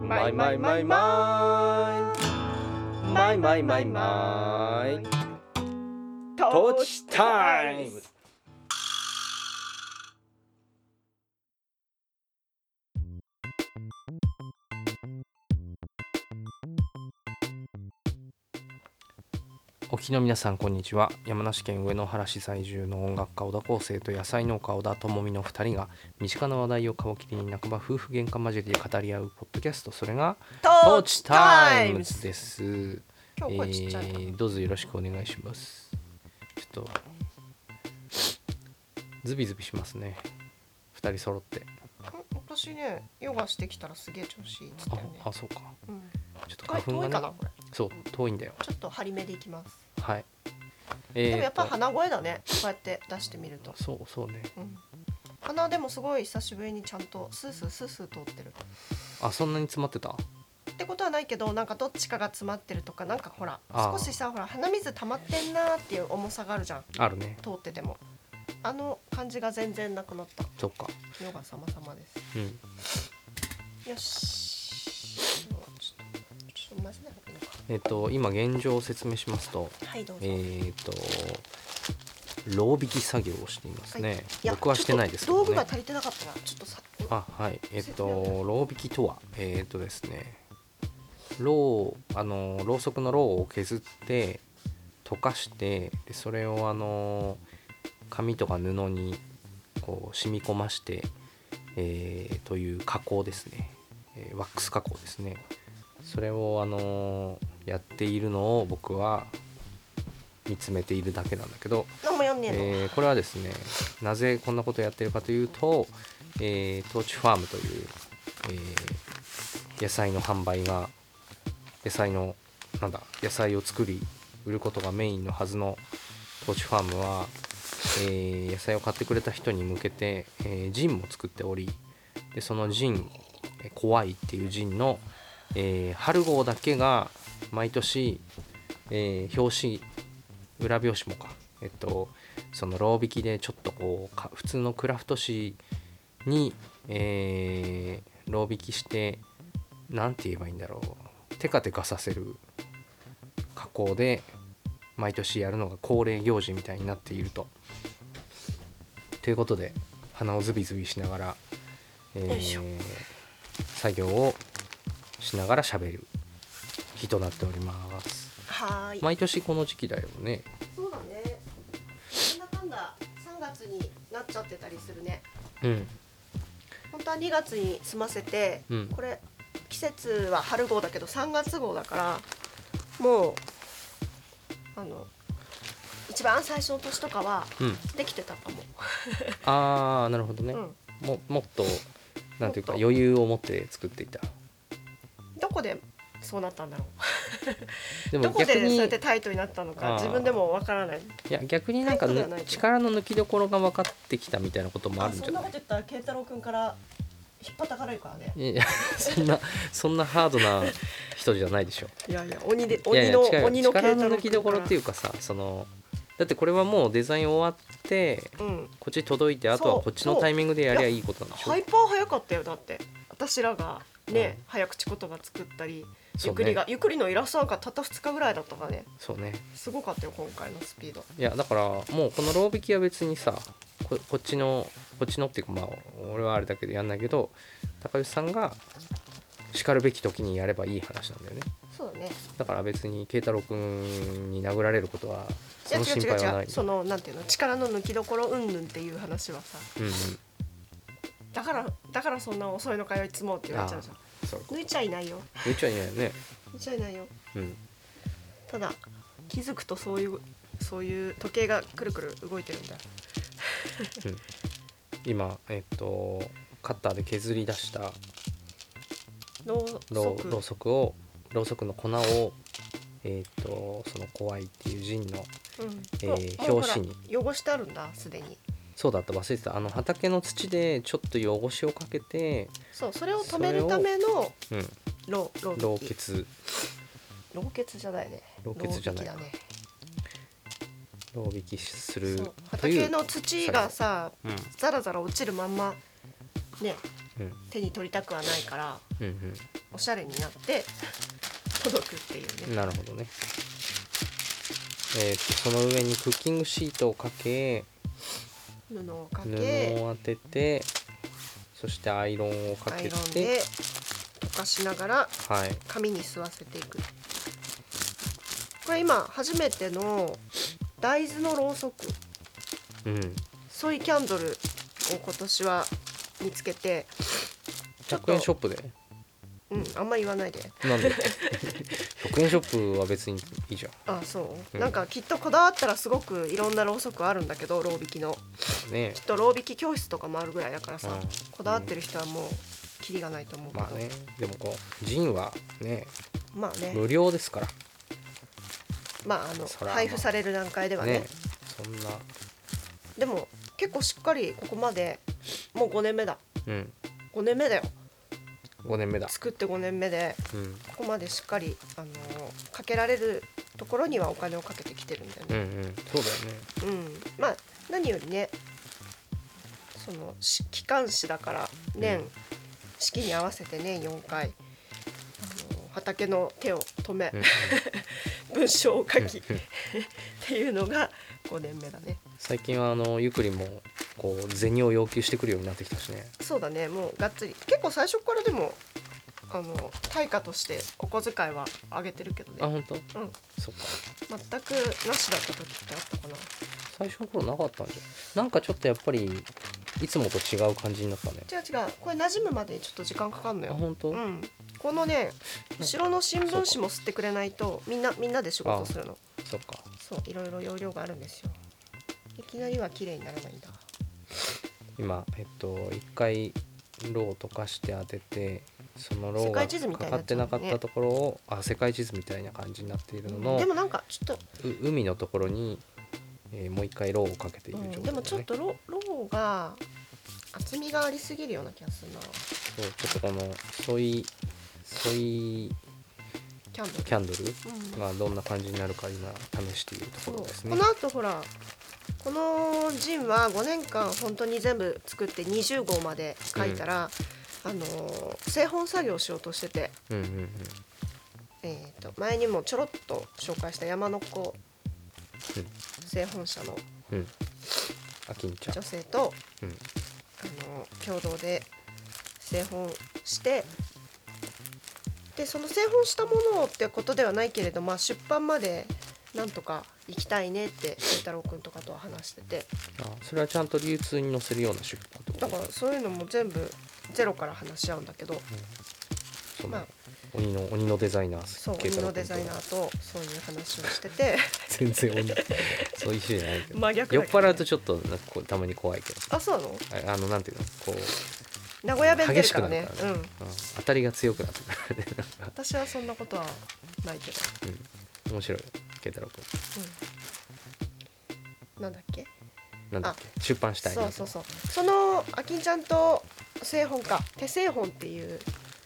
マイマイマイマイマイマイマイマイトーチタイムお聞きの皆さんこんにちは山梨県上野原市在住の音楽家小田康生と野菜農家小田智美の2人が身近な話題を皮切りに半ば夫婦喧嘩混じりで語り合うポッドキャストそれがト「トーーチチタタイイムムズ」ズです、今日声ちっちゃいなえーどうぞよろしくお願いしますちょっとズビズビしますね2人揃って私ねヨガしてきたらすげえ調子いいっつったあよねあそうかうんちょっとこれ花粉遠いがかねなこれそう遠いんだよちょっと張り目でいきますはいでもやえっぱーと鼻声だねこうやって出してみるとそうそうねうん鼻でもすごい久しぶりにちゃんとスースースースー通ってるあそんなに詰まってたってことはないけどなんかどっちかが詰まってるとかなんかほらあー少しさほら鼻水溜まってんなーっていう重さがあるじゃんあるね通っててもあの感じが全然なくなったそっかヨガ様様ですうんよし。ちょっと、ちょっと混ぜない方がいいのか。えっ、と今現状を説明しますとはい、どうぞ。えっ、とロ引き作業をしていますね、いや僕はしてないですけちょどっと道具がね足りてなかったな。ちょっとさ。あはいえっ、と説明をロ引きとはえっ、とですねろうあのろうそくのろうを削って溶かしてでそれをあの紙とか布にこう染み込まして、えーという加工ですね、えーワックス加工ですねそれをあのやっているのを僕は見つめているだけなんだけど何もやんねえの。えーこれはですねなぜこんなことをやってるかというと、えートーチファームという、えー野菜の販売が野菜のなんだ野菜を作り売ることがメインのはずのトーチファームは、えー野菜を買ってくれた人に向けて、えージンも作っておりでそのジンえー怖いっていうジンの、えー春号だけが毎年、えー表紙裏表紙もかえっとそのロー引きでちょっとこうか普通のクラフト紙に、えー、ロー引きしてなんて言えばいいんだろうテカテカさせる加工で毎年やるのが恒例行事みたいになっていると。ということで鼻をズビズビしながら、えーよいしょ作業をしながら喋る日となっております。はーい。毎年この時期だよね。そうだね。なんだかんだ、三月になっちゃってたりするね。うん、本当は二月に済ませて、うんこれ。季節は春号だけど、三月号だから。もう。あの。一番最初の年とかは。うん、できてたかも。ああなるほどね、うん。ももっとなんていうかもっと余裕を持って作っていたどこで。そうなったんだろう。でどもこ逆でそうにやいってタイトになったのあーか自分でもわからないや逆になんかタイトルはないけど力の抜きどころが分かってきたみたいなこともああるんそじゃんなこないと言ったら慶太郎くんから引っ張たかれるからねいやそんなそんなハードな人じゃないでしょいやいや鬼でいや鬼いやの違うよ鬼の慶力太の郎抜きどころっていううかさそのだってこれはもうデザイン終わってうんこっち届いてあとはそうこっちのタイミングでやりゃいいことなんでしょハイパー早かったよだって私らがね、うん早口言葉作ったりそゆうくりねがゆくりのイラストなんかたった2日ぐらいだったからねそうねすごかったよ今回のスピードいやだからもうこのロー引きは別にさここっちのこっちのっていうかまあ俺はあれだけどやんないけど高吉さんがしかるべき時にやればいい話なんだよねそうだねだから別に慶太郎くんに殴られることは違そうの違心う配は違うな違いうそのなんていうの力の抜きどころうんぬんっていう話はさうんうんだからだからそんな遅いのかよいつもって言われちゃうじゃんあそう抜いちゃいないよ言っちゃいないよね抜いちゃいないようんただ気づくとそういうそういう時計がくるくる動いてるんだ今えっとカッターで削り出したろうそろうくろうそくをろうそくの粉をえっとその怖いっていうジンのうんえーもうもう表紙にほら汚してあるんだすでにそうだった忘れてたあの畑の土でちょっと汚しをかけてそうそれを止めるためのうんろうろう老血老血じゃないね老血じゃない老液老引きだすねるそうという畑の土がさうんザラザラ落ちるまんまねうん手に取りたくはないからうんおしゃれになって届くっていううねん、なるほどねえーとその上にクッキングシートをかけ布をか布けを当ててそしてアイロンをかアけイロンてで溶かしながらはい紙に吸わせていくこれ今初めての大豆のろうそくうんソイキャンドルを今年は見つけてちょっと100円ショップでうんあんま言わないでな んで100円ショップは別にいいじゃあそう、うんなんかきっとこだわったらすごくいろんなろうそくあるんだけどろう引きのんねきっとろう引き教室とかもあるぐらいだからさ、うんこだわってる人はもうキリがないと思うけど、まあねでもこうジンはねまあね無料ですからまああのそら配布される段階ではねねそんなでも結構しっかりここまでもう5年目だうん5年目だよ5年目だ作って5年目でうんここまでしっかりあのかけられるところにはお金をかけてきてるんだようんね。うんそうだよねうん、まあ何よりねそのし機関士だから年、うん式に合わせて年4回あの畑の手を止め、うん文章を書 きっうんていうのが5年目だね。 最近はあのゆくりんもこう銭を要求してくるようになってきたしねそうだねもうがっつり結構最初からでもあの対価としてお小遣いは上げてるけどあね、本当うん、そっか全くなしだった時ってあったかな。最初の頃なかったんじゃんなんかちょっとやっぱりいつもと違う感じになったね違う違うこれ馴染むまでにちょっと時間かかるのあよ、本当、うん、このね後ろの新聞紙も吸ってくれないとみんなみんなで仕事するのそっかそういろいろ容量があるんですよいきなりは綺麗にならないんだ今えっと一回ローを溶かして当ててそのロー世界が地図みたいかにかなっってちゃうなねかったところをあ世界地図みたいな感じになっているのの、でもなんかちょっう海のところに、えーもう一回ローをかけていと、るう状態、ん、ねでもちょっとロローが厚みがありすぎるような気がするなそうちょっとこのソイソイキャンドルキャンドルうんがどんな感じになるか今試しているところですこねのあとほらこのジンは5年間本当に全部作って20号まで書いたら、あのー製本作業をしようとしてて、うんうんうんえー、と前にもちょろっと紹介した山の子うん製本社のうんあきんちゃん女性とうんあの共同で製本してでその製本したものってことではないけれど、まあ、出版までなんとか行きたいねって慶太郎君とかとは話しててあそれはちゃんと流通に載せるような出版ってことだからそういうのも全部ゼロから話し合うんだけどその、まあ鬼の鬼のデザイナーそう慶鬼太郎の君デとザイナーとそういう話をしてて全然鬼 そういう人じゃないけど真逆だ酔っけどね払うとちょっとなんかこうたまに怖いけどあそうなのああのなんていうのこう名古屋弁出激るしくかならるねからうねんうん当たりが強くなってくるからねなんか私はそんなことはないけど、うん面白い慶太郎君うん、なんだっけなんだっけ出版したいそなうとそうそうそのあきんちゃんと製本か手製本っていう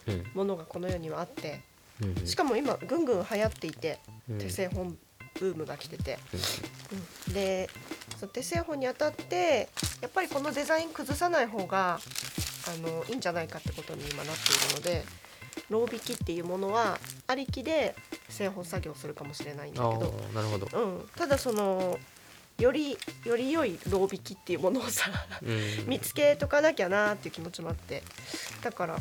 うんものがこの世にはあってうんうんしかも今ぐんぐん流行っていてうん手製本ブームが来てて、うんうんでその手製本にあたってやっぱりこのデザイン崩さない方があのいいんじゃないかってことに今なっているのでロー引きっていうものはありきで製本作業するかもしれないんだあけどあなるほど、うん、ただそのよりより良いロー引きっていうものをさ うん見つけとかなきゃなーっていう気持ちもあってだから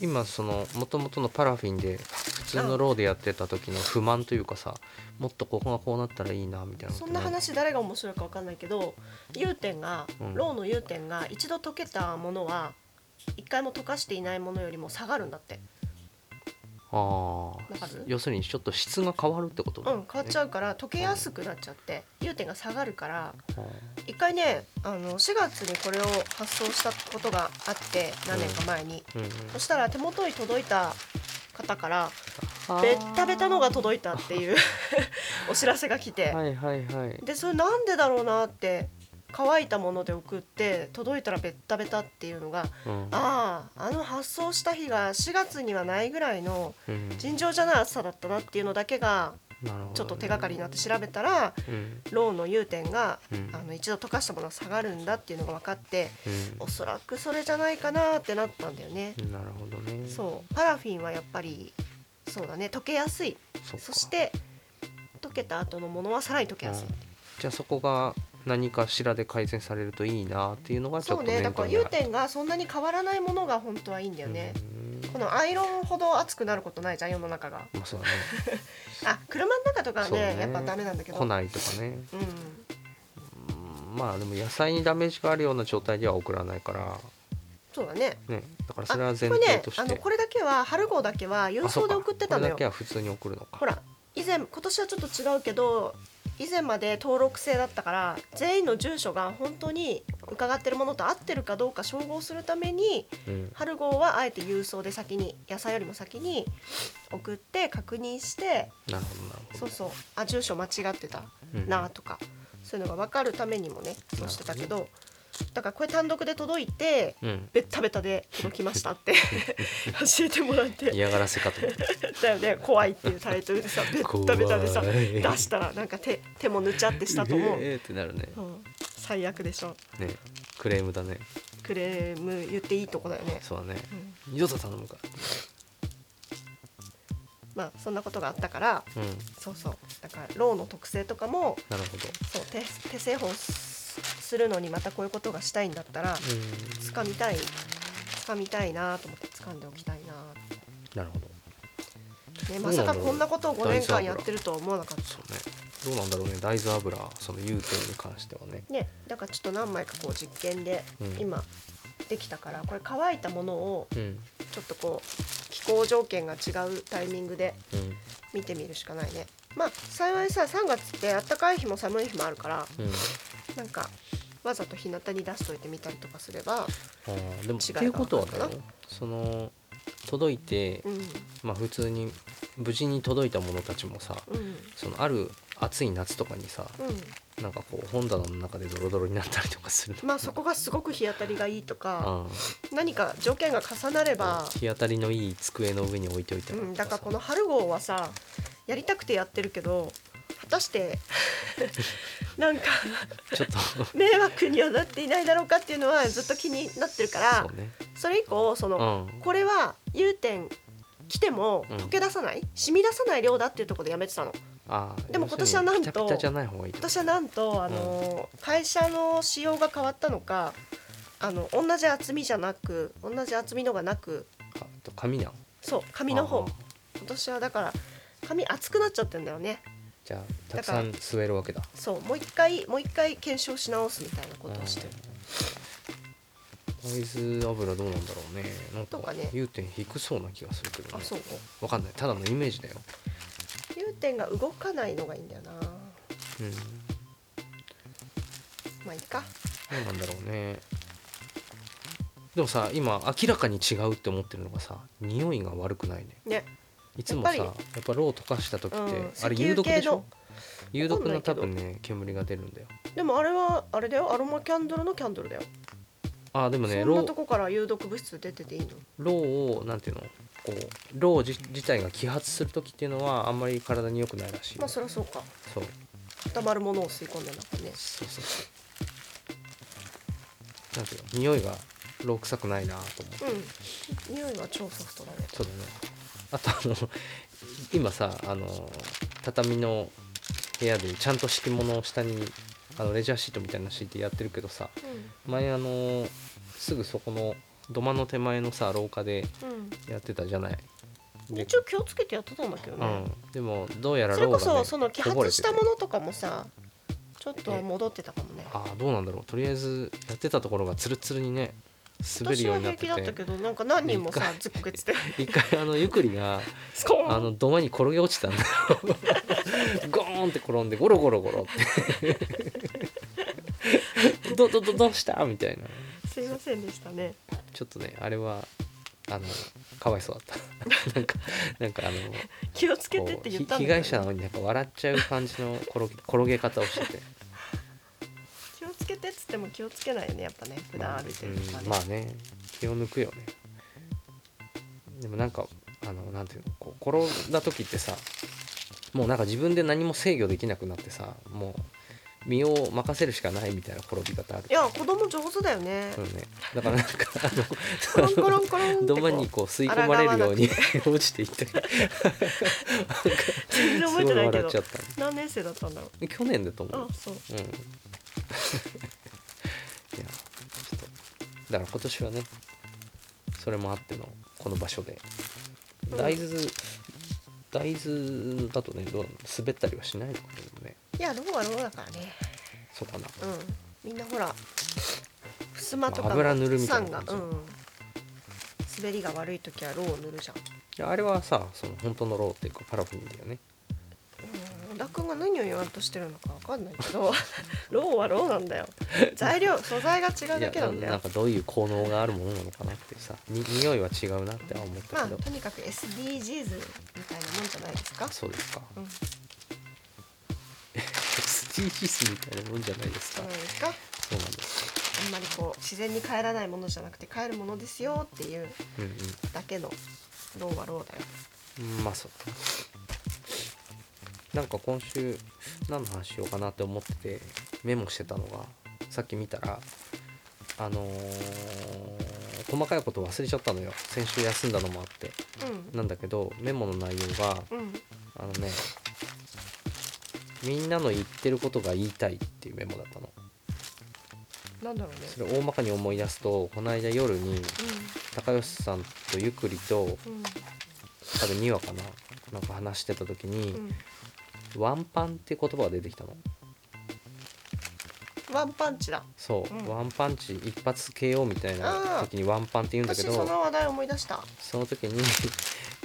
今その元々のパラフィンで普通のローでやってた時の不満というかさもっとここがこうなったらいいなみたいなのってそんない話誰が面白いか分かんないけど融点がうんローの融点が一度溶けたものは一回も溶かしていないものよりも下がるんだって、あわかある要するにちょっと質が変わるってことうん、変わっちゃううから溶けやすくなっちゃって融点が下がるから一回ねあの4月にこれを発送したことがあって何年か前に、うんうんそしたら手元に届いた方からベッタベタのが届いたっていう お知らせが来て、はいはいはいでそれなんでだろうなって乾いたもので送って届いたらベッタベタっていうのがうんあああの発送した日が4月にはないぐらいのうん尋常じゃない暑さだったなっていうのだけがなるほどねちょっと手がかりになって調べたらうんローの融点がうんあの一度溶かしたものは下がるんだっていうのが分かってうんおそらくそれじゃないかなってなったんだよね。なるほどねそうパラフィンはやっぱりそうだね溶けやすいそっかそして溶けた後のものはさらに溶けやすい、うんじゃあそこが何かしらで改善されるといいなっていうのがちそょっうとねだから念頭に融ある点がそんなに変わらないものが本当はいいんだよね、うんこのアイロンほど熱くなることないじゃん世の中がまあそうだねあ車の中とかはそうねねやっぱダメなんだけど来ないとかねうんうんまあでも野菜にダメージがあるような状態では送らないからそうだねねだからあそれは前これ提ねとしてあのこれだけは春号だけは郵あそ送うでか送ってたのよこれだけは普通に送るのかほら以前今年はちょっと違うけど以前まで登録制だったから全員の住所が本当に伺ってるものと合ってるかどうか照合するためにうん春号はあえて郵送で先に野菜よりも先に送って確認してなるほどなるほどそうそうあ住所間違ってたうんなとか、そういうのが分かるためにもねそうしてたけどだからこれ単独で届いてうんベッタベタで届きましたって 教えてもらって嫌がらせかと思っただよね怖いっていうタイトルでさベッタベタでさ怖い出したらなんか手手もぬちゃってしたと思う、 ええってなるねうん、最悪でしょねクレームだねクレーム言っていいとこだよね、そうだねうん、二度と頼むかまあそんなことがあったからうんそうそうだからローの特性とかもなるほどそう手手製法すするのにまたこういうことがしたいんだったらうん掴みたい掴みたいなと思って掴んでおきたいななるほどって、ね、うまさかなのこんなことを5大年豆油間やってるとは思わなかっそうねどうなんだろうね大豆油その融点に関してはねたねだからちょっと何枚かこう実験でうん今できたからこれ乾いたものをうんちょっとこう気候条件が違うタイミングでうん見てみるしかないねまあ幸いさ3月って暖かい日も寒い日もあるからうんなんかわざと日向に出しといてみたりとかすればあーでもっ違ていがいうことは分かるかねその届いてうんまあ普通に無事に届いたものたちもさうんそのある暑い夏とかにさうんなんかこう本棚の中でドロドロになったりとかするのまあそこがすごく日当たりがいいとか、あ何か条件が重なれば、日当たりのいい机の上に置いておいてうもん、だからこの春号はさやりたくてやってるけど果たして なんかちょっと迷惑にはなっていないだろうかっていうのはずっと気になってるからそうねそれ以降そうの、んこれは融点来てもうん溶け出さない、染み出さない量だっていうところでやめてたのあーでも今年はなんと要するにピタピタじゃない方がいいと私はなんとあの、会社の仕様が変わったのかあの同じ厚みじゃなく同じ厚みのがなくあと紙なのそう紙の方今年はだから髪厚くなっちゃってんだよねじゃあたくさん吸えるわけだそうもう一回もう一回検証し直すみたいなことをしてる大豆油どうなんだろうねなんとかかね融点低そうな気がするけどあねそうわかんないただのイメージだよ融点が動かないのがいいんだよなうんどまあいいかうなんだろうねでもさ今明らかに違うって思ってるのがさ匂いが悪くないねねいつもさややっっぱぱろう溶かした時って、うんあれ石油有毒でしょ有の毒のわか多んないけど分ね煙が出るんだよでもあれはあれだよアロマキャンドルのキャンドルだよ、あーでもそねんろなうとこから有毒物質出てていいのろうをなんていうのこうろう自自体が揮発する時っていうのはあんまり体に良くないらしいよ、まあそりゃそうかそう固まるものを吸い込んだ中ねそうそうそうなんていうの匂いがろう臭くないなと思ってうん匂いは超ソフトだねそうだねあとあの今さあの畳の部屋でちゃんと敷物を下にあのレジャーシートみたいなの敷いてやってるけどさ前あのすぐそこの土間の手前のさ廊下でうん、やってたじゃないうん、で一応気をつけてやってたんだけどうね、ん、でもどうやらそれロこーが、そね、その揮こぼれ発しててたものとかもさちょっとは戻ってたかもねああどうなんだろうとりあえずやってたところがツルツルにね滑る私ようはに平なっ気てだったてけどなんか何人もさ一ずっこけてて一回あのゆくりがスコーンあの土間に転げ落ちたん だよゴーンって転んでゴロゴロゴロってどどどどうしたみたいなすいませんでしたねちょっとねあれはあのかわいそうだった なんかなんかあの気をつけてっこうて言ひったん被だ害けどね、者なのになんか笑っちゃう感じの転げ転げ方をしてて気をつけてっつっても気をつけないよねやっぱね普段歩いてるとかまあ、うね、んまあね気を抜くよねでもなんかあのなんていうのこう転んだ時ってさもうなんか自分で何も制御できなくなってさもう身を任せるしかないみたいな転び方あるいや子供上手だよねうんね、だからなんかコあロンのコロンコロンって ど真 にここう吸い込まれるように 落ちてい ったりう全然覚すごえていないけ笑っどちゃった何年生だったんだろうえ去年だと思あうそううん いやちょっとだから今年はねそれもあってのこの場所でうん大豆、大豆だとねどうなの滑ったりはしないのかもねいやローはローだからねそうかなうんみんなほら襖とかの油塗るみたいな酸感じがうん滑りが悪い時はローを塗るじゃんいやあれはさその本当のローっていうかパラフィンだよねうん小田君が何を言わんとしてるのかわかんないけ どローはローなんだよ材料素材が違ういだやけななんだなよんかどういう効能があるものなのかなっていうさに匂いは違うなっては思ったまあけど、とにかく SDGs みたいなもんじゃないですかそうですかうん SDGs みたいなもんじゃないですじゃか、ないですかあそうなんですんまりこう自然に帰らないものじゃなくて帰るものですよっていううんだけのローはローだようんまあそうなんか今週何の話しようかなって思っててメモしてたのがさっき見たらあのー細かいこと忘れちゃったのよ先週休んだのもあってなんだけどメモの内容がうんうんあのねみんなの言ってることが言いたいっていうメモだったのなんだろうねそれ大まかに思い出すとこの間夜に高吉さんとゆくりとうん多分2話かななんか話してた時うんうにん「ワンパン」って言葉が出てきたのワンパンチだそう、うんワンパンチ一発 KO みたいあなー時にワンパンって言うんだけ私どその話題思い出したその時に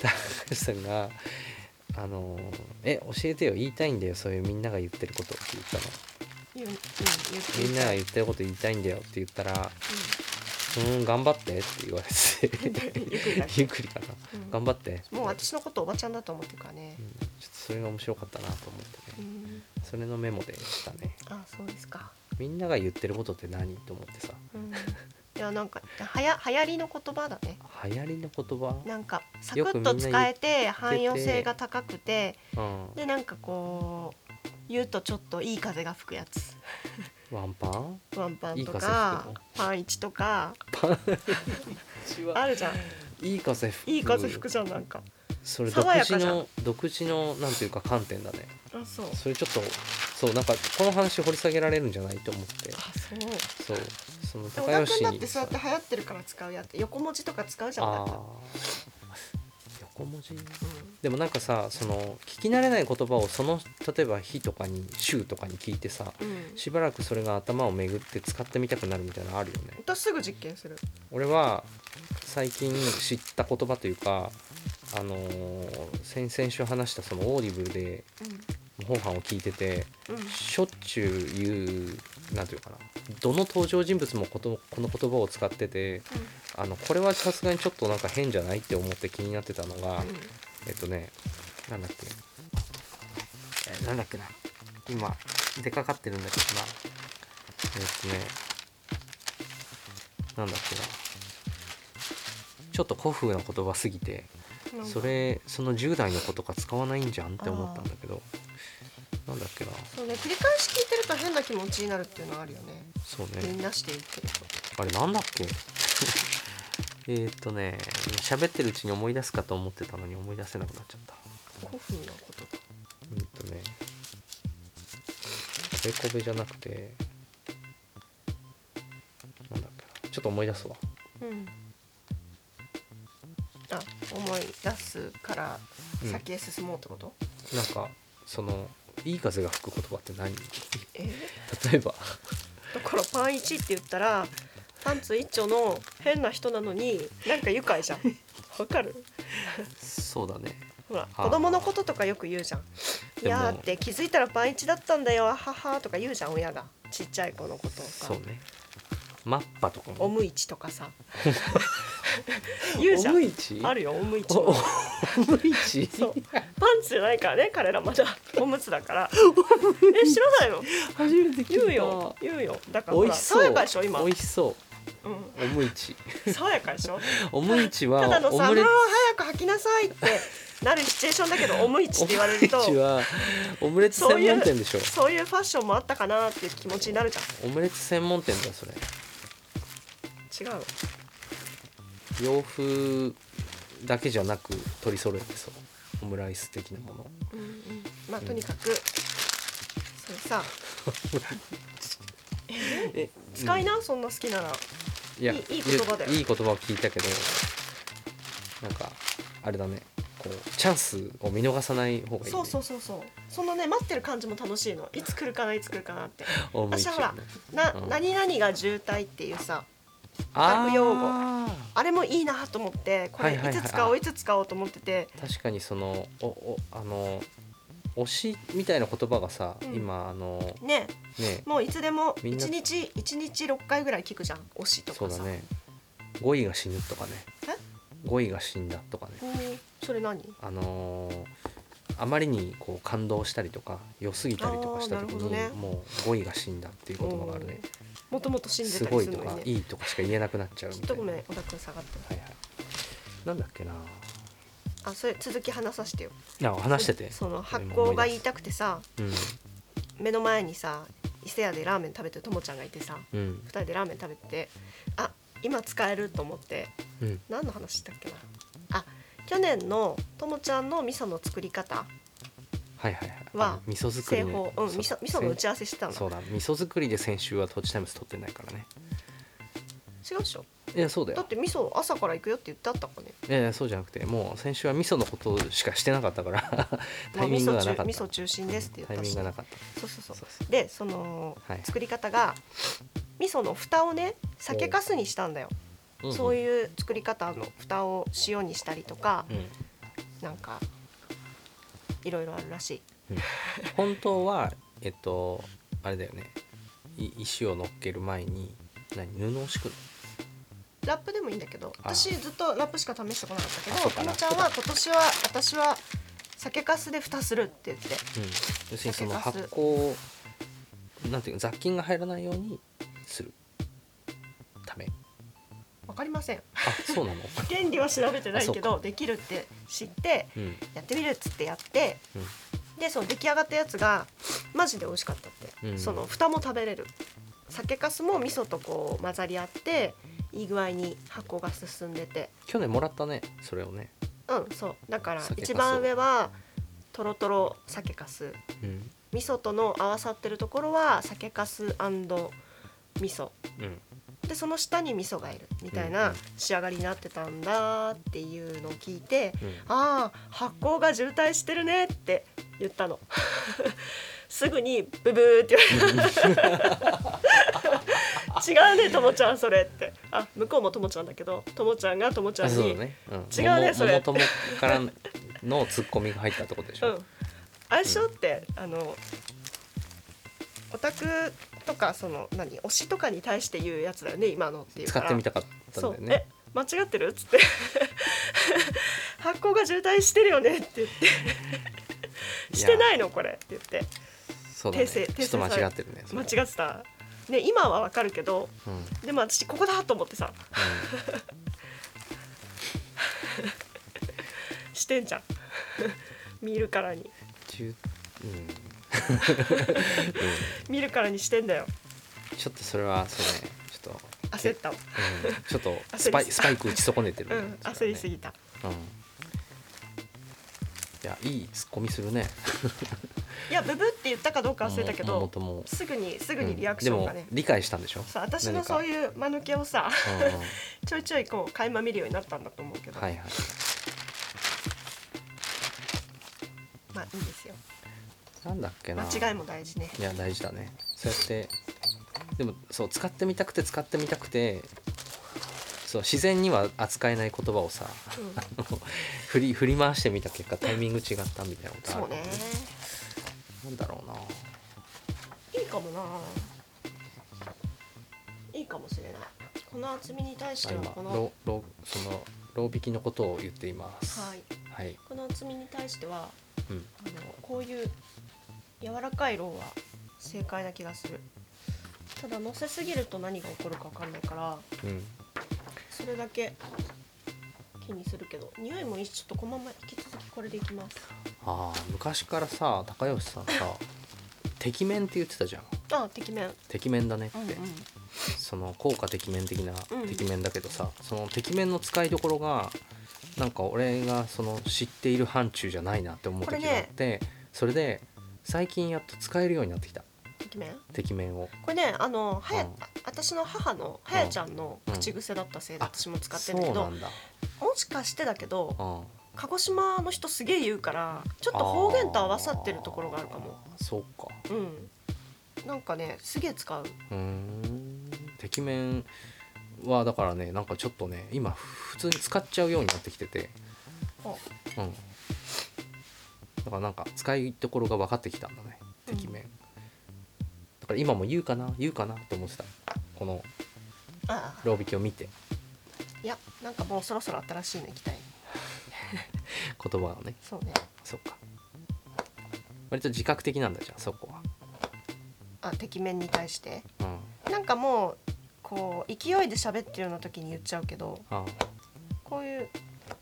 高橋さんが「あのえ教えてよ言いたいんだよそういうみんなが言ってること」って言言ったのううん言って「みんなが言ってること言いたいんだよ」って言ったら「うーん頑張って」って言われうん てゆっくりだけゆっくりかなうん 頑張ってもう私のことおばちゃんだと思ってるからねうん、ちょっとそれが面白かったなと思ってうねんそれのメモでしたねあそうですかみんなが言ってることって何と思ってさうんいやなんかはや流行りの言葉だね流行りの言葉なんかサクよくッみんなと言う使えて汎用性が高くてうんでなんかこう言うとちょっといい風が吹くやつワンパンワンパンといい風か吹くのパンイチとかあるじゃん いい風吹くいい風吹くじゃんなんかそれ独爽やか自じゃんの独自のなんていうか観点だねあそうそれちょっとそうなんかこの話掘り下げられるんじゃないと思ってあそうでそうそのも小高田君吉だっにてそうやって流行ってるから使うやつ横文字とか使うじゃんあなんーか横文字うんでもなんかさその聞き慣れない言葉をその例えば日とかに週とかに聞いてさうんしばらくそれが頭を巡って使ってみたくなるみたいなのあるよね私すぐ実験する俺は最近知った言葉というかあのー先々週話したそのオーディブルでう本版を聞いててんうんしょっちゅう言うなんていうのかなどの登場人物もことこの言葉を使っててあのこれはさすがにちょっとなんか変じゃないって思って気になってたのが、えっとねなんだっけえなんだっけな今出かかってるんだけどなえっとねなんだっけなちょっと古風な言葉すぎてうんそれその10代の子とか使わないんじゃんって思ったんだけどなんだっけなそうね繰り返し聞いてると変な気持ちになるっていうのはあるよねそうみねんなして言ってるとあれなんだっけ えーっとね喋ってるうちに思い出すかと思ってたのに思い出せなくなっちゃった古風なことだうんとねこべこべじゃなくてなんだっけなちょっと思い出すわうんあ思い出すから先へ進もうってこと、なんかそのいい風が吹く言葉って何え例えばだからパン1って言ったらパンツ一丁の変な人なのになんか愉快じゃんわかるそうだねほらあー子供のこととかよく言うじゃん「いでもや」って気づいたらパン1だったんだよあははとか言うじゃん親がちっちゃい子のことそとうかねマッパとかオもムイチとか さ言うじゃオムんイチあるよオムイチおオムイチそうパンツじゃないからね彼らまだおむつだ からえ知らないの初めて聞いた言うよ言うよだからほ美ら味しそう爽やかでしょ今美味しそううんオムイチ爽やかでしょオムイチはただのオさ「ムレもう早く吐きなさい」ってなるシチュエーションだけど「オムイチ」って言われると オムレツはオムレツそう専い門店でうしょそういうファッションもあったかなっていう気持ちになるじオムレツ専門店だよそれゃん違う洋風だけじゃなく取り揃えてそうオムライス的なものうんうんまあとにかくそれさえ使いうんな、そんな好きならいやいいいい言葉だよいいい言葉を聞いたけどなんかあれだねこうチャンスを見逃さない方がいい、ね、そうそうそうそうそのね待ってる感じも楽しいのいつ来るかないつ来るかなってオムイチ私ほらなうん何々が渋滞っていうさあー学用語あれもいいなと思ってこれはいはいはいいつ使おういつ使おうと思ってて確かにそのおおあの推しみたいな言葉がさ、うん今あのねねもういつでもみんな1日1日6回ぐらい聞くじゃん推しとそうかださね語彙が死ぬとかねえ語彙が死んだとかねうんそれ何あのーあまりにこう感動したりとか良すぎたりとかした時あーなるほどに、ねもう語彙が死んだっていう言葉があるねうんもともと死んですたりごいするとのかにねいいとかしか言えなくなっちゃうみちたょっいなとごめん小田君下がってはいはいなんだっけなあそれ続き話させてよあ話しててその発酵が言いたくてさうん目の前にさ伊勢屋でラーメン食べてるともちゃんがいてさうん2人でラーメン食べててあ今使えると思ってうん何の話したっけなあ去年のともちゃんの味噌の作り方はいはいはいはあの味噌作り製ね法、うん、味噌味噌の打ち合わせしてたのそうだ味噌作りで先週はトッチタイムズ撮ってないからね違うでしょいやそうだだっよて味噌朝から行くよって言ってあったかねいやいやそうじゃなくてもう先週は味噌のことしかしてなかったから まタあイミングがなかった味噌中味噌中心ですって言タっイたミンしグがなそかったうそうそうそうそうでそのはい作り方が味噌の蓋をね酒粕にしたんだよんんそういう作り方の蓋を塩にしたりとかうんなんかいろいろあるらしい本当はえっとあれだよねい石を乗っける前に何布を敷くのラップでもいいんだけどあ私ずっとラップしか試してこなかったけあそどうかともちゃんラはッ今年は私は酒粕で蓋するって言ってうん、要するにその酒発粕酵をなんていうの雑菌が入らないようにするためわかりませ んあそうなの原理は調べてないけあどできるって知ってうんやってみるっつってやってうんでその出来上がったやつがマジで美味しかったって、うんその蓋も食べれる酒粕も味噌とこう混ざり合っていい具合に発酵が進んでて去年もらったねそれをね、うんそうだから酒粕一番上はとろとろ酒粕うん味噌との合わさってるところは酒粕味噌うん、でその下に味噌がいるみたいうんうなん仕上がりになってたんだっていうのを聞いて、うんああ発酵が渋滞してるねって言ったの すぐにブブーって言われた 違うねともちゃんそれってあ向こうもともちゃんだけどともちゃんがともちゃあんそうにだね、うん、違うねももそれももともからのツッコミが入ったってことでしうょ、ん、相性って、あのオタクとかその何推しとかに対して言うやつだよね今のっていう使からってみたかったんだそようねえ間違ってるっつって 発酵が渋滞してるよねって言 ってしてないのこれって言ってそうだね訂正訂ちょ正っと間され違ってるねそれ間違ってた、ね、今はわかるけどうんうんでも私ここだと思ってさしてんじゃん 見るからにちゅうんうん見るからにしてんだよちょっとそれはそうねちょっと焦ったわうんちょっとス焦パりイスパイク打ち損ねてるうね、んそ焦れりはねすぎたうんいやいいツッコミするねいやブブって言ったかどうか忘れたけももどともすぐにすすぐにリアクションがでねも、理解したんでしょさ私のそうう、いう間抜けをさ何かうんうんちょいちょいこう垣間見るようになったんだと思うけど、はいはいまあいいですよなんだっけな間違いも大事ねいや大事だねそうやってでもそう使ってみたくて使ってみたくてそう自然には扱えない言葉をさ うん振り振り回してみた結果タイミング違ったみたいなことあるそうねなんだろうないいかもないいかもしれないこの厚みに対してあは今このロロそのロー引きのことを言っていますはいはい、この厚みに対してはうん、あのこういう柔らかいローは正解な気がするただ乗せすぎると何が起こるか分かんないからうんそれだけ気にするけど匂いもいいしちょっとこのまま引き続きこれでいきますあー昔からさ高吉さんさてきめんって言ってたじゃんあてきめんてきめんだねって、うんうんその効果てきめん的なうんてきめんだけどさ、そのてきめんの使いどころがなんか俺がその知っている範疇じゃないなって思うこれ時ねがあって、それで最近やっと使えるようになってきたてきめんてきめんをこれねあのはや、うん私の母のはやちゃんの口癖だったせいでうん私も使ってるんだけそうど、なんだ、もしかしてだけどうん、鹿児島の人すげえ言うからちょっと方言と合わさってるところがあるかもあーそうかうんなんかねすげえ使ううーんてきめんはだからねなんかちょっとね今普通に使っちゃうようになってきててあうんだからなんか使いどころが分かってきたんだねてきめん、だから今も言うかな言うかなと思ってたこのああロービキを見ていやなんかもうそろそろ新しいの行きたい言葉をねそうねそっか割と自覚的なんだじゃんそこはあてきめんに対してうんなんかもうこう勢いで喋ってるような時に言っちゃうけどあこういう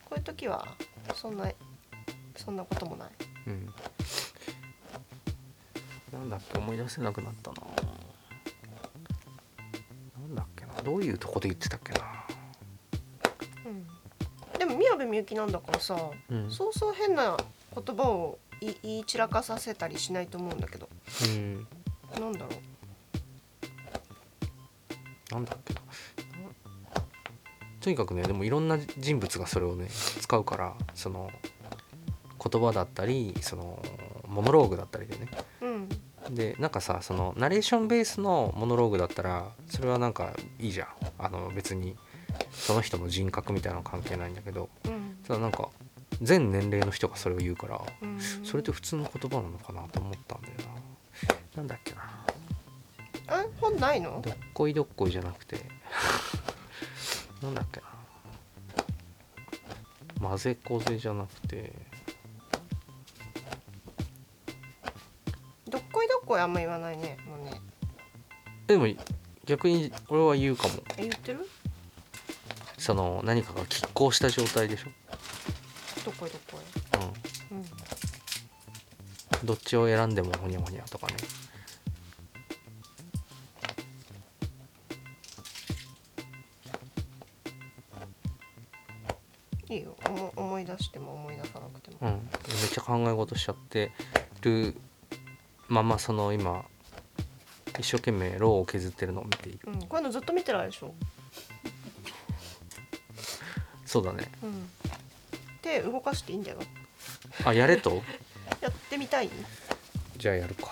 こういう時はそんなそんなこともないーうんなんだっけ思い出せなくなったななんだっけなどういうとこで言ってたっけなうんでも宮部みゆきなんだからさ、うんそうそう変な言葉を言い言い散らかさせたりしないと思うんだけどうんなんだろうなんだっけなとにかくねでもいろんな人物がそれをね使うからその言葉だったりそのモノローグだったりでねうんでなんかさそのナレーションベースのモノローグだったらそれはなんかいいじゃんあの別にその人の人格みたいなのは関係ないんだけどうんただなんか全年齢の人がそれを言うからうんそれって普通の言葉なのかなと思ったんだよななんだっけなあ本ないのどっこいどっこいじゃなくて なんだっけな混ぜこぜじゃなくてどっこいどっこいあんま言わないねもうねでも逆に俺は言うかもえ言ってるその何かが拮抗した状態でしょ、どっこいどっこいううんん、どっちを選んでもほにゃほにゃとかねいいよおも思い出しても思い出さなくてもうん、めっちゃ考え事しちゃってるままその今一生懸命ローを削ってるのを見ているうんこういうのずっと見てないでしょそうだねうん手動かしていいんだよあやれとやってみたい じゃあやるか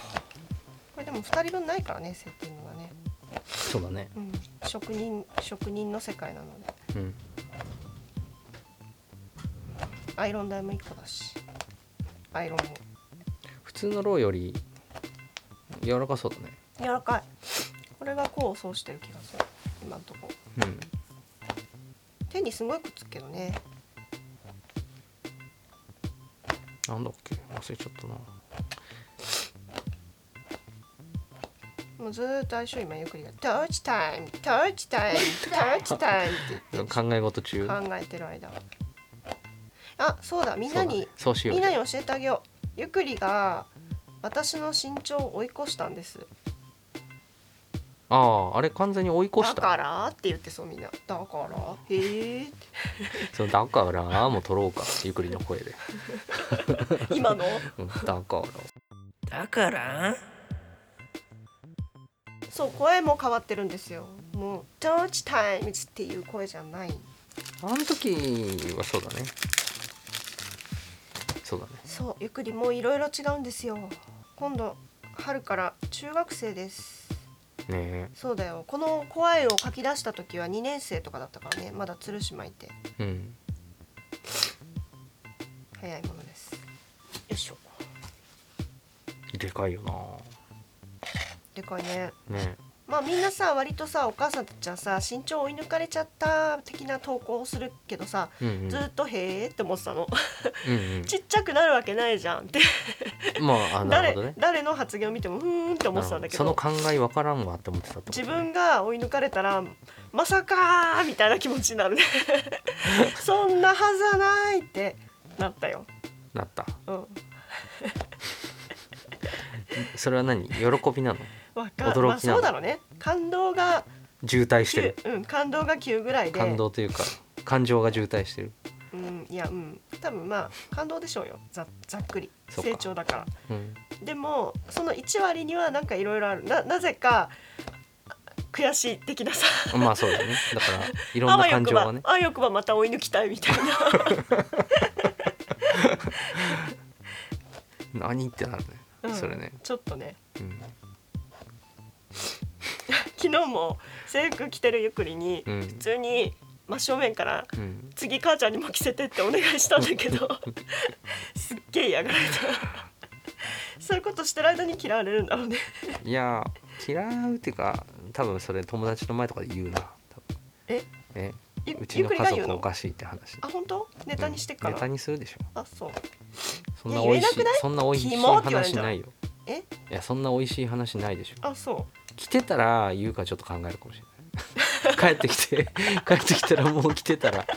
これでも2人分ないからねセッティングがねそうだねうん職人職人の世界なのでうんアイロン台も1個だしアイロンも普通のローより柔らかそうだね柔らかいこれが功を奏してる気がする今んとこうん手にすごいくっつくけどねなんだっけ忘れちゃったなもうずーっと相性今ゆっくりが「トーチタイムトーチタイムトーチタイム」って 言って考え事中考えてる間あそうだみんなに、そうだねそうしようみんなに教えてあげようゆくりが私の身長を追い越したんですあああれ完全に追い越しだかたらって言ってそうみんなだからへえってそのだからもう取ろうかゆっくりの声で、今のうん、だからだからそう声も変わってるんですよもう「トーチタイム」っていう声じゃないあの時はそうだねそうだねそうゆっくりもういろいろ違うんですよ今度春から中学生ですねそうだよこの声を書き出した時は2年生とかだったからねまだ鶴島いてえうん早いものですよいしょでかいよなでかいねねえままあみんなさ割とさお母さんたちはさ身長追い抜かれちゃった的な投稿をするけどさうんうんずーっと「へえ」って思ってたのうんちっちゃくなるわけないじゃんってうん、まああな誰るほどね誰の発言を見てもふーんって思ってたんだけなるどほその考えわからんわって思ってたってこと自分が追い抜かれたらまさかーみたいな気持ちに なるねそんなはずはないってなったよ、なったうん、それは何喜びなのわか驚きなのまあ、そうだろうね感動が渋滞して9る、うん、感動が9ぐらいで感動というか感情が渋滞してるうん、いやうん多分まあ感動でしょうよざざっくりそうか成長だからうんでもその1割にはなんかいろいろあるななぜか悔しい的なさまあそうだねだからいろんあわなよ感く情ばがねあわよくばまた追い抜きたいみたい な何ってなるね、うんそれね、ちょっとねうん昨日も制服着てるゆっくりに、うん普通に真正面からうん、 「次母ちゃんにも着せて」ってお願いしたんだけ どすっげえ嫌がられたそういうことしてる間に嫌われるんだろうねいや嫌うっていうか多分それ友達の前とかで言うな多分えねゆうちゆっのくりが家言う族のおかしいって話あ本当ネタにしてっかネタな、にするでしょあそうそんな美いや味しい言えなくないそんな美味しいキモって言われるん話じゃんないよえいやそんな美味しい話ないでしょあそ来てたら言うかちょっと考えるかもしれない 帰ってきて帰ってきたらもう来てたら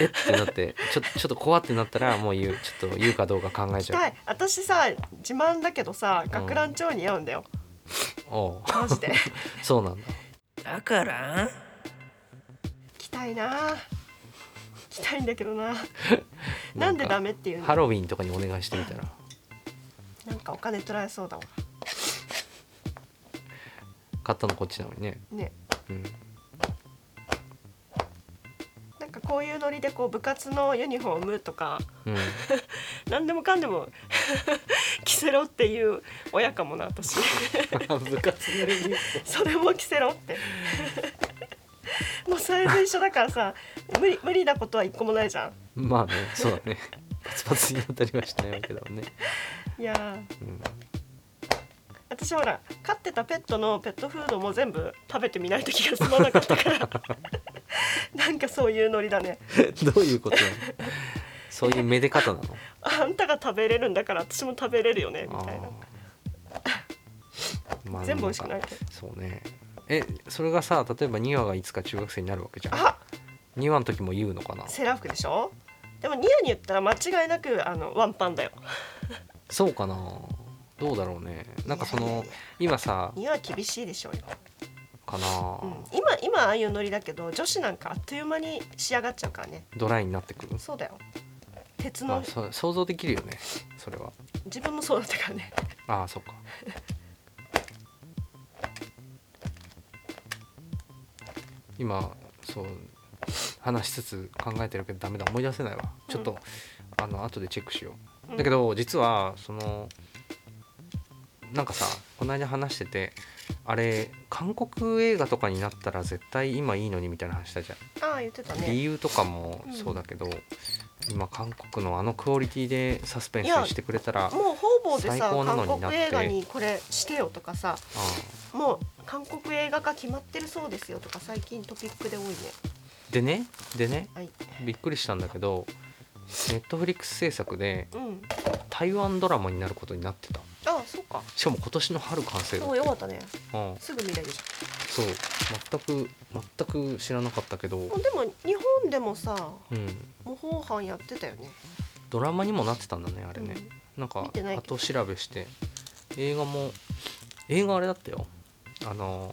えってなってちょちょっと怖ってなったらもう言うちょっと言うかどうか考えうち着ゃうたい私さ自慢だけどさ学ラン超似合うんだよ、おうマ ジでそうなんだだから着たいな着たいんだけど ななんでダメっていうのハロウィンとかにお願いしてみたらなんかお金取られそうだわ買ったのこっちなのにね、ねうん、なんかこういうノリでこう部活のユニフォームとか うん、何でもかんでも 着せろっていう親かもな 私部活のユニフそれも着せろ ってもうサイズ一緒だからさ無理無理なことは一個もないじゃォームまあねそうだねパツパツになったりはしないわけだもんね、んいやーうん、私ほら飼ってたペットのペットフードも全部食べてみないと気が済まなかったから なんかそういうノリだねどういうことなのそういうめで方なのあんたが食べれるんだから私も食べれるよねみたいなあーまあ 全部美味しくないんかそうねえそれがさ例えば2話がいつか中学生になるわけじゃんあ2話の時も言うのかなセーラー服でしょでもニヤに言ったら間違いなくあのワンパンだよそうかなどうだろうねなんかその今さニヤは厳しいでしょうよ、かな、うん、今今ああいうノリだけど女子なんかあっという間に仕上がっちゃうからねドライになってくるそうだよ鉄あのそう想像できるよねそれは自分もそうだったからねああそっか今そう話しつつ考えてるけどダメだ思い出せないわちょっと、うんあの後でチェックしよう、うんだけど実はそのなんかさこの間話しててあれ韓国映画とかになったら絶対今いいのにみたいな話したじゃんああ言ってた理ね由とかもそうだけど、今韓国のあのクオリティでサスペンスしてくれたらあもう方々でさ最高なのに韓なって国映画にこれしてよとかさあもう韓国映画化決まってるそうですよとか最近トピックで多いねでねでねはいびっくりしたんだけどネットフリックス制作でうん台湾ドラマになることになってたああそうかしかも今年の春完成だそうよかったねああすぐ見れるじそう全く全く知らなかったけど、ゃんでも日本でもさうん、模倣犯やってたよねドラマにもなってたんだねあれね、なんか見てないけど後調べして映画も映画あれだったよあの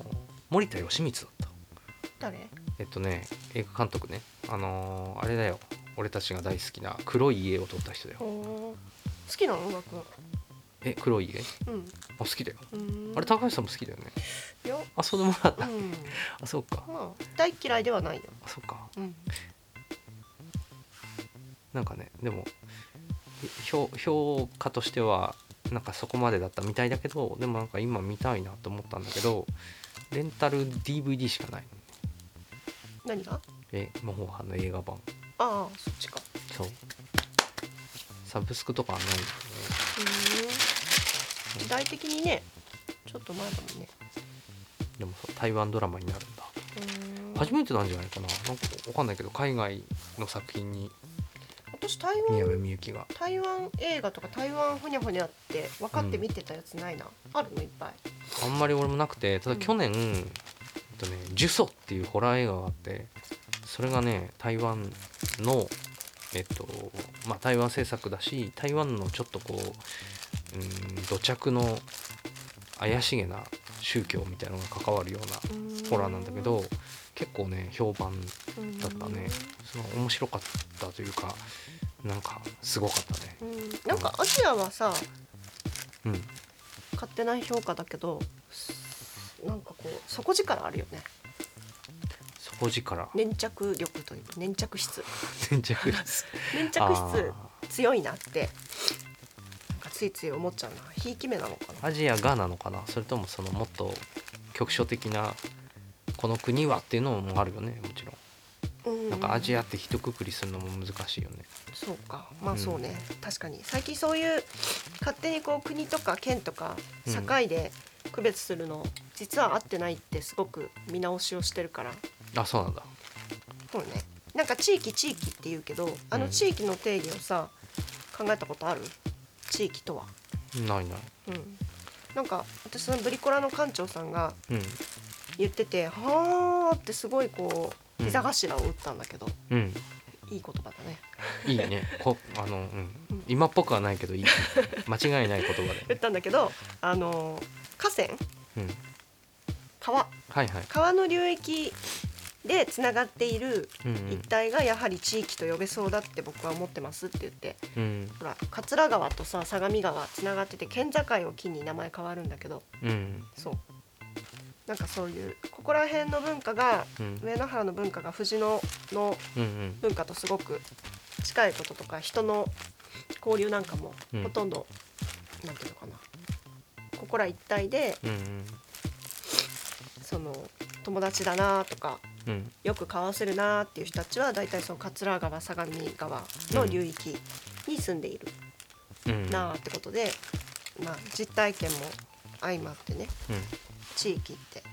森田義満だった誰えっとね映画監督ねあのあれだよ俺たちが大好きな黒い家を撮った人だよほー好きなの音楽え黒い家あうん好きだようんあれ高橋さんも好きだよねいやあそうでもなかっうたんあそうかまあ大嫌いではないよあそうかうんなんかねでも評評価としてはなんかそこまでだったみたいだけどでもなんか今見たいなと思ったんだけどレンタル DVD しかない何がえ模倣犯の映画版ああそっちかそうサブスクとかはないんだよねうん時代的にねちょっと前だもんねでもそう台湾ドラマになるんだうん初めてなんじゃないかななんかわかんないけど海外の作品に私台宮部湾みゆきが台湾映画とか台湾ほにゃほにゃって分かって見てたやつないな、あるのいっぱいあんまり俺もなくてたうだん去年、えっとね「ジュソ」っていうホラー映画があってそれがね台湾のえっとまあ台湾制作だし台湾のちょっとこううん土着の怪しげな宗教みたいなのが関わるようなホラーなんだけど結構ね評判だったねその面白かったというかなんかすごかったねうんうんなんかアジアはさうん勝手な評価だけどなんかこう底力あるよね 底力粘着力というか粘着質粘着質粘着質強いなってなんかついつい思っちゃうなひいき目なのかなアジアがなのかなそれともそのもっと局所的なこの国はっていうのもあるよねもちろんなんかアジアアって一括りするのも難しいよねそうかまあそうね、確かに最近そういう勝手にこう国とか県とかう境んで区別するの、実は合ってないってすごく見直しをしてるからあそうなんだそうねなんか地域地域って言うけどあの地域の定義をさ、考えたことある地域とは、ないないうん、なんか私のブリコラの館長さんがうん言ってて「はあ」ってすごいこううん膝頭を打ったんだけど、うんいい言葉だねいいね こあの、うん、今っぽくはないけどいい間違いない言葉打っで、たんだけどあの河川うん、川はいはい、川の流域でつながっているうん一帯がやはり地域と呼べそうだって僕は思ってますって言ってうんほら桂川とさ相模川つながってて県境を機に名前変わるんだけどうんそうなんかそういうここら辺の文化がうん上野原の文化が藤野のうんうん文化とすごく近いこととか人の交流なんかもうんほとんど、なんていうのかなここら一帯でうんうんその友達だなとかうんよく交わせるなっていう人たちは大体その桂川相模川の流域に住んでいるうんなってことで、まあ、実体験も相まってねう地域って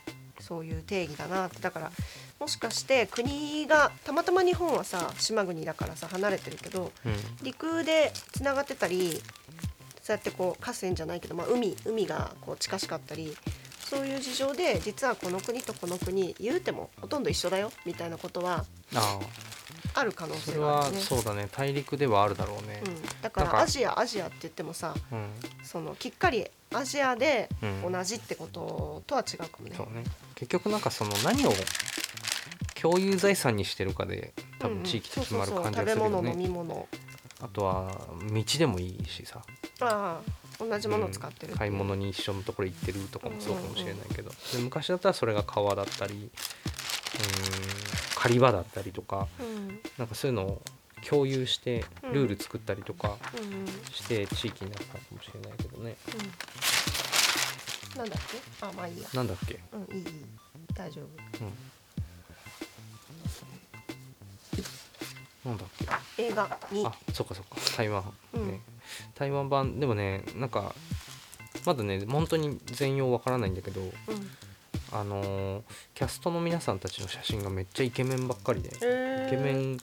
そういう定義だなってだからもしかして国がたまたま日本はさ島国だからさ離れてるけどん陸でつながってたりそうやってこう河川じゃないけど、まあ、海海がこう近しかったりそういう事情で実はこの国とこの国言うてもほとんど一緒だよみたいなことはあある可能あそ性れがあはるね。そうだね大陸ではあるだろうねうん、だかなんからアジアアジアって言ってもさうんそのきっかりアジアでうん同じってこととは違うかもね。そうね結局なんかその何を共有財産にしてるかで多うんう分ん地域って決まるそうそう感じそうがするよ食べ物飲ねみ物あとは道でもいいしさああ同じものを使ってる、うん買い物に一緒のところ行ってるとかもそうかもしれないけどで昔だったらそれが川だったりうーん狩り場だったりとかうん、うんなんかそういうのを共有してうんルール作ったりとかうんうんして地域になったのかもしれないけどねなんだっけあまあいいやなんだっけうんいいいい大丈夫なんだっけ映画にあそっかそっか台湾、うんね台湾版でもねなんかまだね本当に全容わからないんだけどうんあのーキャストの皆さんたちの写真がめっちゃイケメンばっかりでイえーケメン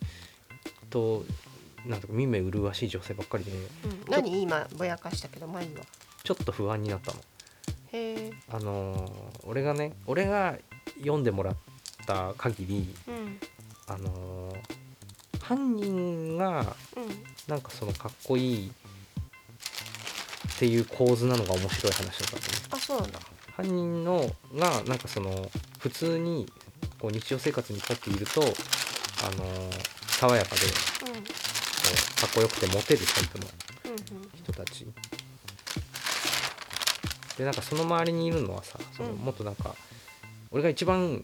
となんとか見目麗しい女性ばっかりでうん何今ぼやかしたけどまあいいわちょっと不安になったの。へえあのー俺がね俺が読んでもらった限りうんあのー犯人うがんなんかそのかっこいいっていう構図なのが面白い話だったとあそ思ううなんだ犯人のがなんかその普通にこう日常生活に立っているとあの爽やかでこうんうんうかっこよくてモテるタイプのうん人たちでなんかその周りにいるのはさそのうんもっとなんか、俺が一番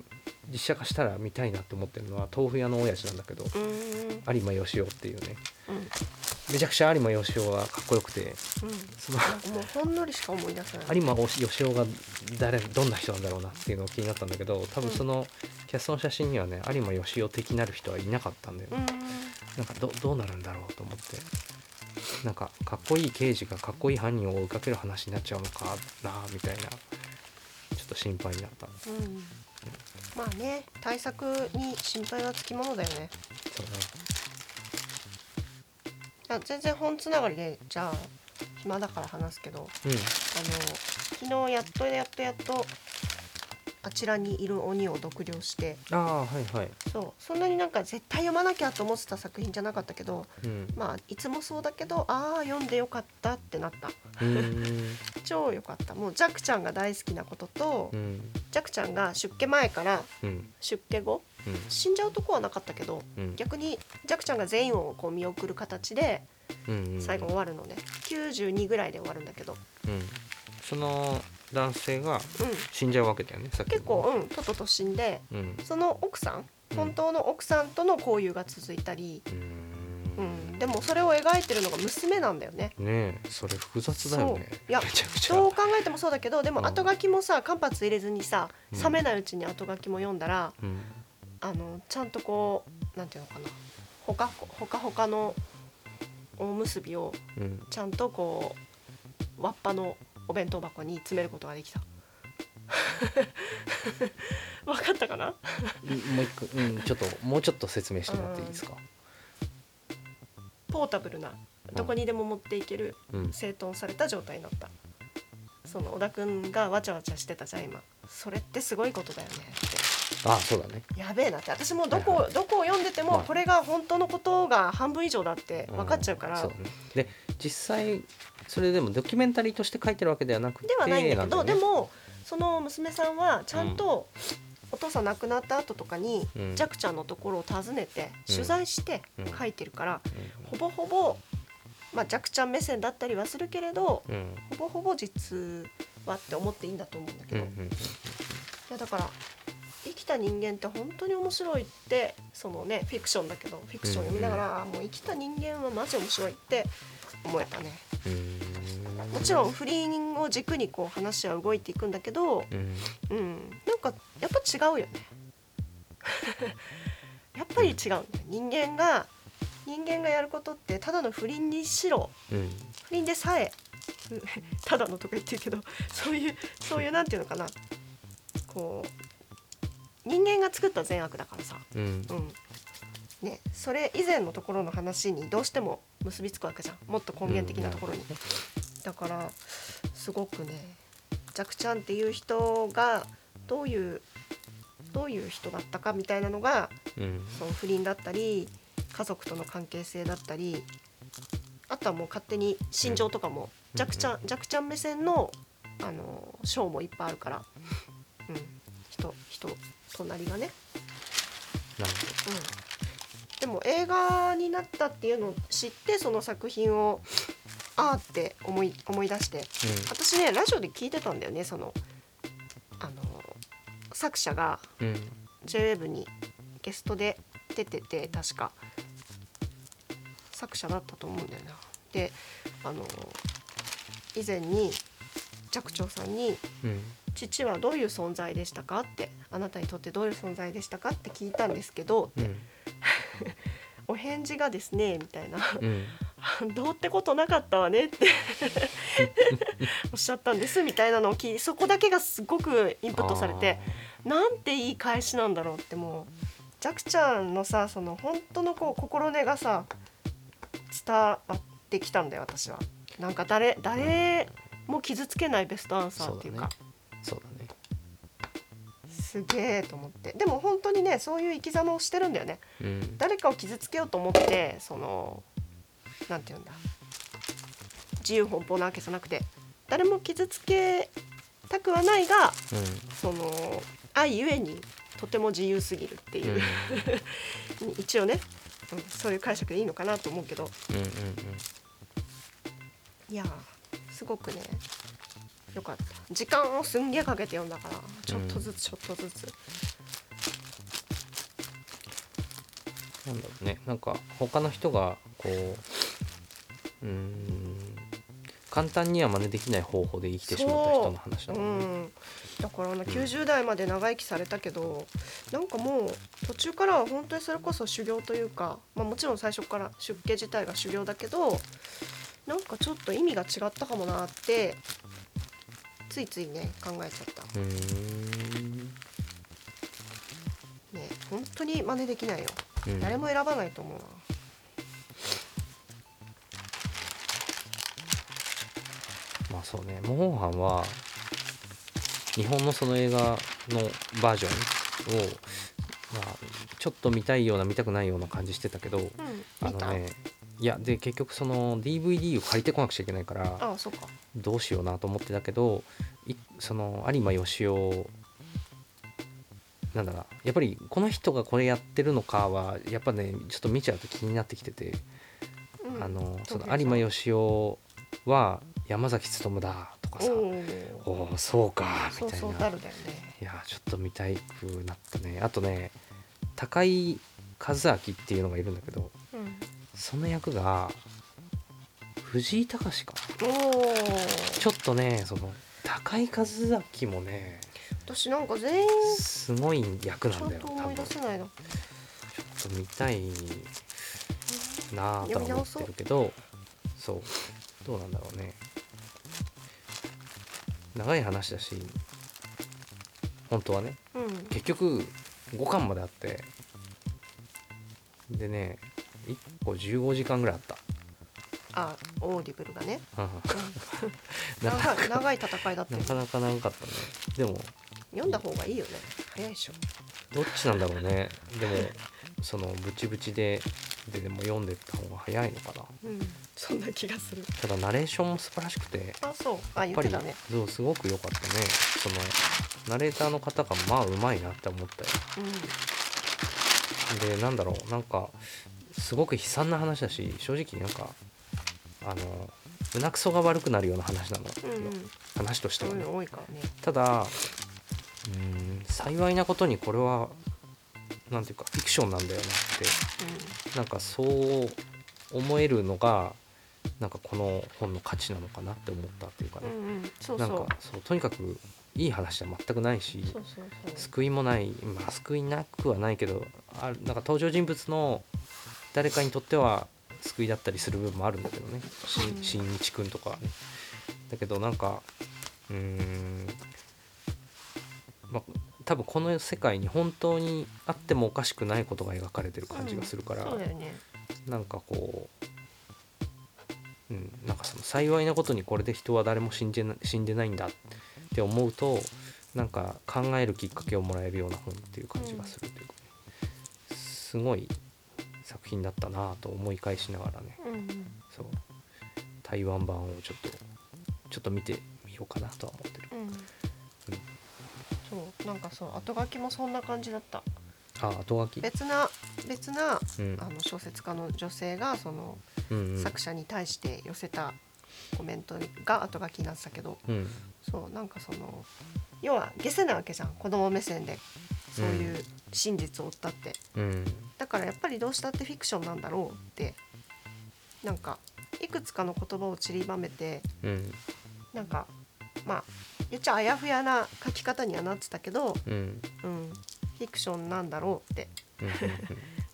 実写化したら見たいなって思ってるのは豆腐屋の親父なんだけどうーん有馬義雄っていうねうんめちゃくちゃ有馬義雄はかっこよくてうんそ のなんかもうほんのりしか思い出せない有馬義雄が誰どんな人なんだろうなっていうのを気になったんだけど多分そのキャストの写真にはね有馬義雄的なる人はいなかったんだよ、うーんなんかどどうなるんだろうと思ってなんかかっこいい刑事がかっこいい犯人を追いかける話になっちゃうのかなみたいなちょっと心配になったうん、まあね対策に心配はつきものだよねそうねあ全然本つながりでじゃあ暇だから話すけどうんあの昨日やっとやっとやっとあちらにいる鬼を読了してああはいはいそうそんなになんか絶対読まなきゃと思ってた作品じゃなかったけど うんまあいつもそうだけどああ読んでよかったってなったうーん超よかったもうジャクちゃんが大好きなこととうんジャクちゃんが出家前からうん出家後うん死んじゃうとこはなかったけどうん逆にジャクちゃんが全員をこう見送る形でうんうん最後終わるのね92ぐらいで終わるんだけど、うんその男性がうん、死んじゃうわけだよねさっきの結構うんとっとと死んでうんその奥さんうん本当の奥さんとの交友が続いたり、うーんうん、でもそれを描いてるのが娘なんだよね。ねえそれ複雑だよねそういやめちゃくちゃどう考えてもそうだけどでうもん後書きもさ間髪入れずにさうん冷めないうちに後書きも読んだらうんあのちゃんとこうなんていうのかなほかほかほかのおむすびをうんちゃんとこうわっぱのお弁当箱に詰めることができた。 わかったかな？もう一個うんちょっともうちょっと説明してもらっていいですかポータブルなどこにでも持っていけるうん整頓された状態になった。その小田くんがわちゃわちゃしてたじゃん今。それってすごいことだよねっあそうだねて。やべえなって私もうどこ、はいはどこを読んでてまあもこれが本当のことが半分以上だって分かっちゃうから。んそうねで実際それでもドキュメンタリーとして書いてるわけではなくてではないんだけどなでよねもその娘さんはちゃんとお父さん亡くなった後とかに、うんジャクちゃんのところを訪ねてうん取材してうん書いてるから、ほぼほぼ、まあ、ジャクちゃん目線だったりはするけれどうんうんほぼほぼ実はって思っていいんだと思うんだけうんど、いうんやだから生きた人間って本当に面白いってそのねフィクションだけどフィクション読みながら、あーもう生きた人間はマジ面白いって思えたね。うんもちろん不倫を軸にこう話は動いていくんだけど、うんうん、なんかやっぱ違うよね やっぱり違うんだよ人間が人間がやることってただの不倫にしろうん不倫でさえ うんただのとか言ってるけどそういうそういうなんていうのかなこう人間が作った善悪だからさ、うんうんね、それ以前のところの話にどうしても結びつくわけじゃんもっと根源的なところに。だからすごくね弱ちゃんっていう人がどういうどういう人だったかみたいなのがうんその不倫だったり家族との関係性だったりあとはもう勝手に心情とかもうん弱ちゃん弱ちゃん目線のあのショーもいっぱいあるから、うん、人人隣がね、なるうん、でも映画になったっていうのを知ってその作品をああって思い思い出してほ私ねラジオで聞いてたんだよねそのあの作者がどうん JWAVE にゲストで出てて確か作者だったと思うんだよな。であの以前に寂聴さんにうん「父はどういう存在でしたか?」って「あなたにとってどういう存在でしたか?」って聞いたんですけどうんうんお返事がですねみたいな うんどうってことなかったわねって おっしゃったんですみたいなのを聞いそこだけがすごくインプットされてなんていい返しなんだろうってもうジャクちゃんのさその本当のこう心根がさ伝わってきたんだよ私は。なんか誰誰も傷つけないベストアンサーっていうかあーそうだねすげえと思ってでも本当にねそういう生き様をしてるんだよねうん誰かを傷つけようと思ってそのなんて言うんだ自由奔放なわけじゃなくて誰も傷つけたくはないがその愛ゆえにとても自由すぎるってうんいうんう、一応ね、うんそういう解釈でいいのかなと思うけどうんうんいやーすごくねよかった時間をすんげえかけて読んだからちょっとずつちょっとずつ、なんだろうねなんか他の人がこううーん簡単には真似できない方法で生きてしまった人の話だうもんねん、だからな90代まで長生きされたけどなんかもう途中からは本当にそれこそ修行というか、まあ、もちろん最初から出家自体が修行だけどなんかちょっと意味が違ったかもなってついついね考えちゃったうーんね本当に真似できないようん誰も選ばないと思うなまあそうね模倣犯は日本のその映画のバージョンを、まあ、ちょっと見たいような見たくないような感じしてたけどうあん見たのねいやで結局その DVD を借りてこなくちゃいけないからああそうかどうしようなと思ってたけどいその有馬義雄なんだろうなやっぱりこの人がこれやってるのかはやっぱねちょっと見ちゃうと気になってきてて、うんあのそのそう有馬義雄は山崎努だとかさ、おおーおーそうかそみうたいそうななるだよねいやーちょっと見たいくなったねあとね高井和明っていうのがいるんだけどうんその役が藤井隆かおおちょっとねその高井和明もね私なんか全員すごい役なちゃんだんよと多思分い出ちせょないなっと見たいなぁとは思ってるけどそうどうなんだろうね長い話だし本当はねうんうん結局5巻まであってでね1個15時間ぐらいあっあオーディブルがねた、うんうんなか 長い長い戦いだってなかなか長かったねでも読んだ方がいいよね早いでしょどっちなんだろうねでもそのブチブチでででも読んでった方が早いのかなうんそんな気がするただナレーションも素晴らしくてあそうあや言っぱってりたねそうすごく良かったねそのナレーターの方がまあうまいなって思ったよでなんだろうなんかすごく悲惨な話だし正直なんかあの胸くそが悪くなるような話なの、うんうん話としてそうはいうねの多いからねただうーん幸いなことにこれはなんていうかフィクションなんだよなってなんかそう思えるのがなんかこの本の価値なのかなって思ったっていうかうねん、うんうんそうそなうんかそうとにかくいい話じゃ全くないしそうそうそう救いもないまあ救いなくはないけどあるなんか登場人物の誰かにとっては救いだったりする部分もあるんだけどねしうん新一くんとかはねだけどなんかうーんまあ多分この世界に本当にあってもおかしくないことが描かれてる感じがするから、そうだよねなんかこう、うん、なんかその幸いなことにこれで人は誰も死んでな死んでないんだって思うとなんか考えるきっかけをもらえるような本っていう感じがするというかね、すごい作品だったなぁと思い返しながらねうんうんそう台湾版をちょっとちょっと見てみようかなとは思ってるうんそうなんかそう後書きもそんな感じだったあ後書き、別な別なうんあの小説家の女性がそのうんうん作者に対して寄せたコメントが後書きになってたけどうんそうなんかその要は下世なわけじゃん子供目線でそういうう真実を追ったって、うんだからやっぱりどうしたってフィクションなんだろうってなんかいくつかの言葉を散りばめてうんなんかまあ言っちゃあやふやな書き方にはなってたけど、うんううんん、フィクションなんだろうってうん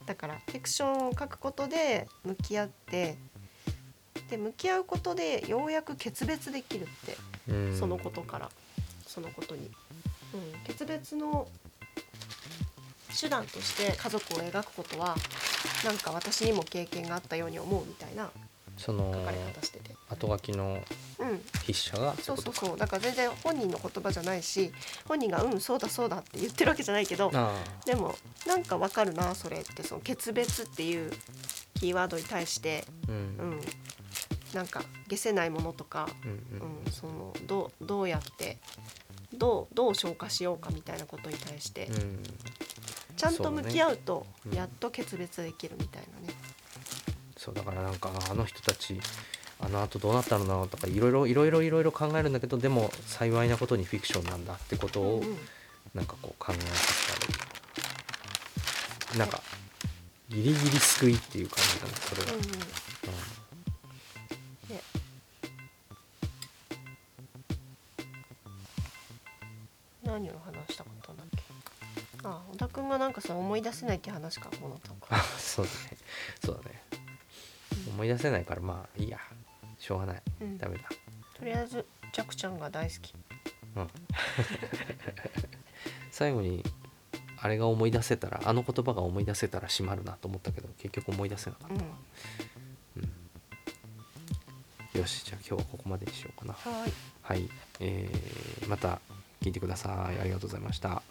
だからフィクションを書くことで向き合ってで向き合うことでようやく決別できるってうんう んそのことからそのことに、うん、決別の手段として家族を描くことはなんか私にも経験があったように思うみたいなその書かれ方してて、後書きのうん、筆者がってそうことそうかそうだから全然本人の言葉じゃないし本人が「うんそうだそうだ」って言ってるわけじゃないけどあでもなんかわかるなそれってその決別っていうキーワードに対して、あ、うん、ううんん、なんか下せないものとかうんうん、そのどうどうやってどうどう消化しようかみたいなことに対して、うんちゃんと向き合うとそうねうんやっと決別できるみたいなね。そうだからなんかあの人たちあのあとどうなったのだろうとかいろいろいろいろいろいろ考えるんだけどでも幸いなことにフィクションなんだってことうんをうんなんかこう考えさせたり、なんかギリギリ救いっていう感じだねそれうは、んうんね何を話したことなんだっけあ小田君がなんかさ思い出せないって話からこうなったのうん、あか そうだねそうだね思い出せないからまあいいやしょうがないうんダメだとりあえずジャクちゃんが大好き最後にあれが思い出せたらあの言葉が思い出せたら閉まるなと思ったけど結局思い出せなかっうん、たよしじゃあ今日はここまでにしようかなはーいはい、えーまた聞いてくださいありがとうございました